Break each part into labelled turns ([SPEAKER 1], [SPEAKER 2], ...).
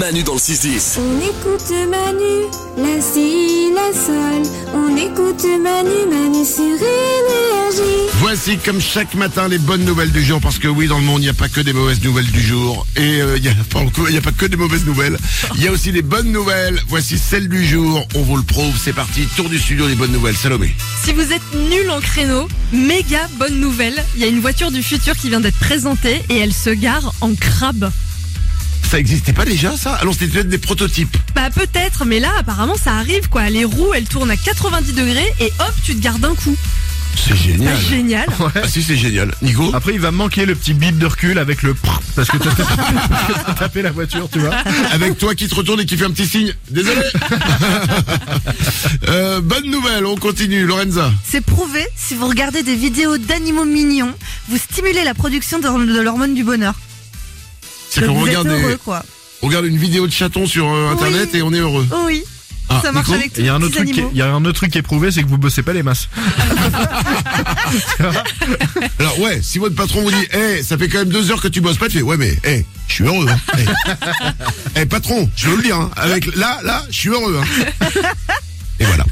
[SPEAKER 1] Manu dans le 6-10.
[SPEAKER 2] On écoute Manu, la si, la sol. On écoute Manu, Manu sur énergie.
[SPEAKER 3] Voici comme chaque matin les bonnes nouvelles du jour parce que oui dans le monde il n'y a pas que des mauvaises nouvelles du jour et euh, il y a pour le coup, il n'y a pas que des mauvaises nouvelles il y a aussi les bonnes nouvelles voici celle du jour on vous le prouve c'est parti tour du studio des bonnes nouvelles Salomé
[SPEAKER 4] Si vous êtes nul en créneau, méga bonne nouvelle. Il y a une voiture du futur qui vient d'être présentée et elle se gare en crabe.
[SPEAKER 3] ça existait pas déjà ça alors c'était peut-être des prototypes
[SPEAKER 4] Bah peut-être, mais là apparemment ça arrive quoi. Les roues elles tournent à 90 degrés et hop tu te gardes d'un coup.
[SPEAKER 3] c'est génial
[SPEAKER 4] Génial.
[SPEAKER 3] ah si c'est génial Nico
[SPEAKER 5] Après, il va me manquer le petit bip de recul avec le prrr, parce que t'as tapé, t'as tapé la voiture, tu vois.
[SPEAKER 3] avec toi qui te retourne et qui fait un petit signe désolé Euh, bonne nouvelle on continue Lorenza
[SPEAKER 6] C'est prouvé, si vous regardez des vidéos d'animaux mignons, vous stimulez la production de, de l'hormone du bonheur.
[SPEAKER 3] c'est
[SPEAKER 6] Donc
[SPEAKER 3] qu'on
[SPEAKER 6] vous
[SPEAKER 3] regarde
[SPEAKER 6] êtes
[SPEAKER 3] des-
[SPEAKER 6] heureux, quoi.
[SPEAKER 3] on regarde une vidéo de chaton sur euh, internet et on est heureux
[SPEAKER 6] Oh oui,
[SPEAKER 3] Ah,
[SPEAKER 6] ça marche
[SPEAKER 3] Nico
[SPEAKER 6] avec tous
[SPEAKER 5] Il y a un
[SPEAKER 6] les
[SPEAKER 5] autre truc, qui est-
[SPEAKER 6] animaux.
[SPEAKER 5] il y a un autre truc qui est prouvé, c'est que vous bossez pas les masses.
[SPEAKER 3] Alors ouais, si votre patron vous dit, Eh, ça fait quand même deux heures que tu bosses pas, tu fais, ouais mais, eh, je suis heureux. hein. Eh, Eh, patron, je veux le dire, hein. avec là, là, je suis heureux. hein. Et voilà.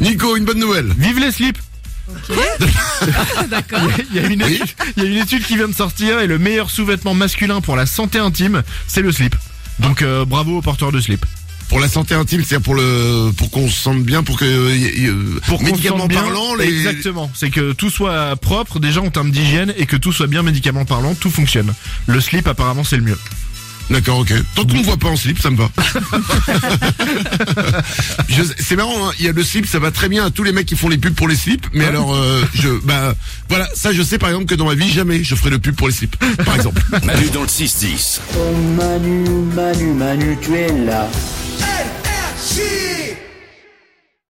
[SPEAKER 3] Nico, une bonne nouvelle.
[SPEAKER 5] Vive les slips Il y a une étude- il y a une étude qui vient de sortir et le meilleur sous-vêtement masculin pour la santé intime, c'est le slip. Donc euh, bravo aux porteurs de slip.
[SPEAKER 3] Pour la santé intime, c'est-à-dire pour le, pour qu'on se sente bien, pour que, euh, y- y- euh,
[SPEAKER 5] Pour qu'on se
[SPEAKER 3] médicaments
[SPEAKER 5] sente bien,
[SPEAKER 3] parlant, les,
[SPEAKER 5] Exactement, c'est que tout soit propre déjà en termes d'hygiène et que tout soit bien médicament parlant, tout fonctionne. Le slip apparemment c'est le mieux.
[SPEAKER 3] D'accord, ok. Tant qu'on me voit pas en slip, ça me va. Je sais- c'est marrant, hein, il y a le slip, ça va très bien à tous les mecs qui font les pubs pour les slips, mais alors, euh, je, bah, voilà, ça je sais par exemple que dans ma vie, jamais je ferai de pub pour les slips, par exemple.
[SPEAKER 1] Manu dans le 6-10.
[SPEAKER 7] Oh Manu, Manu, Manu, tu es là.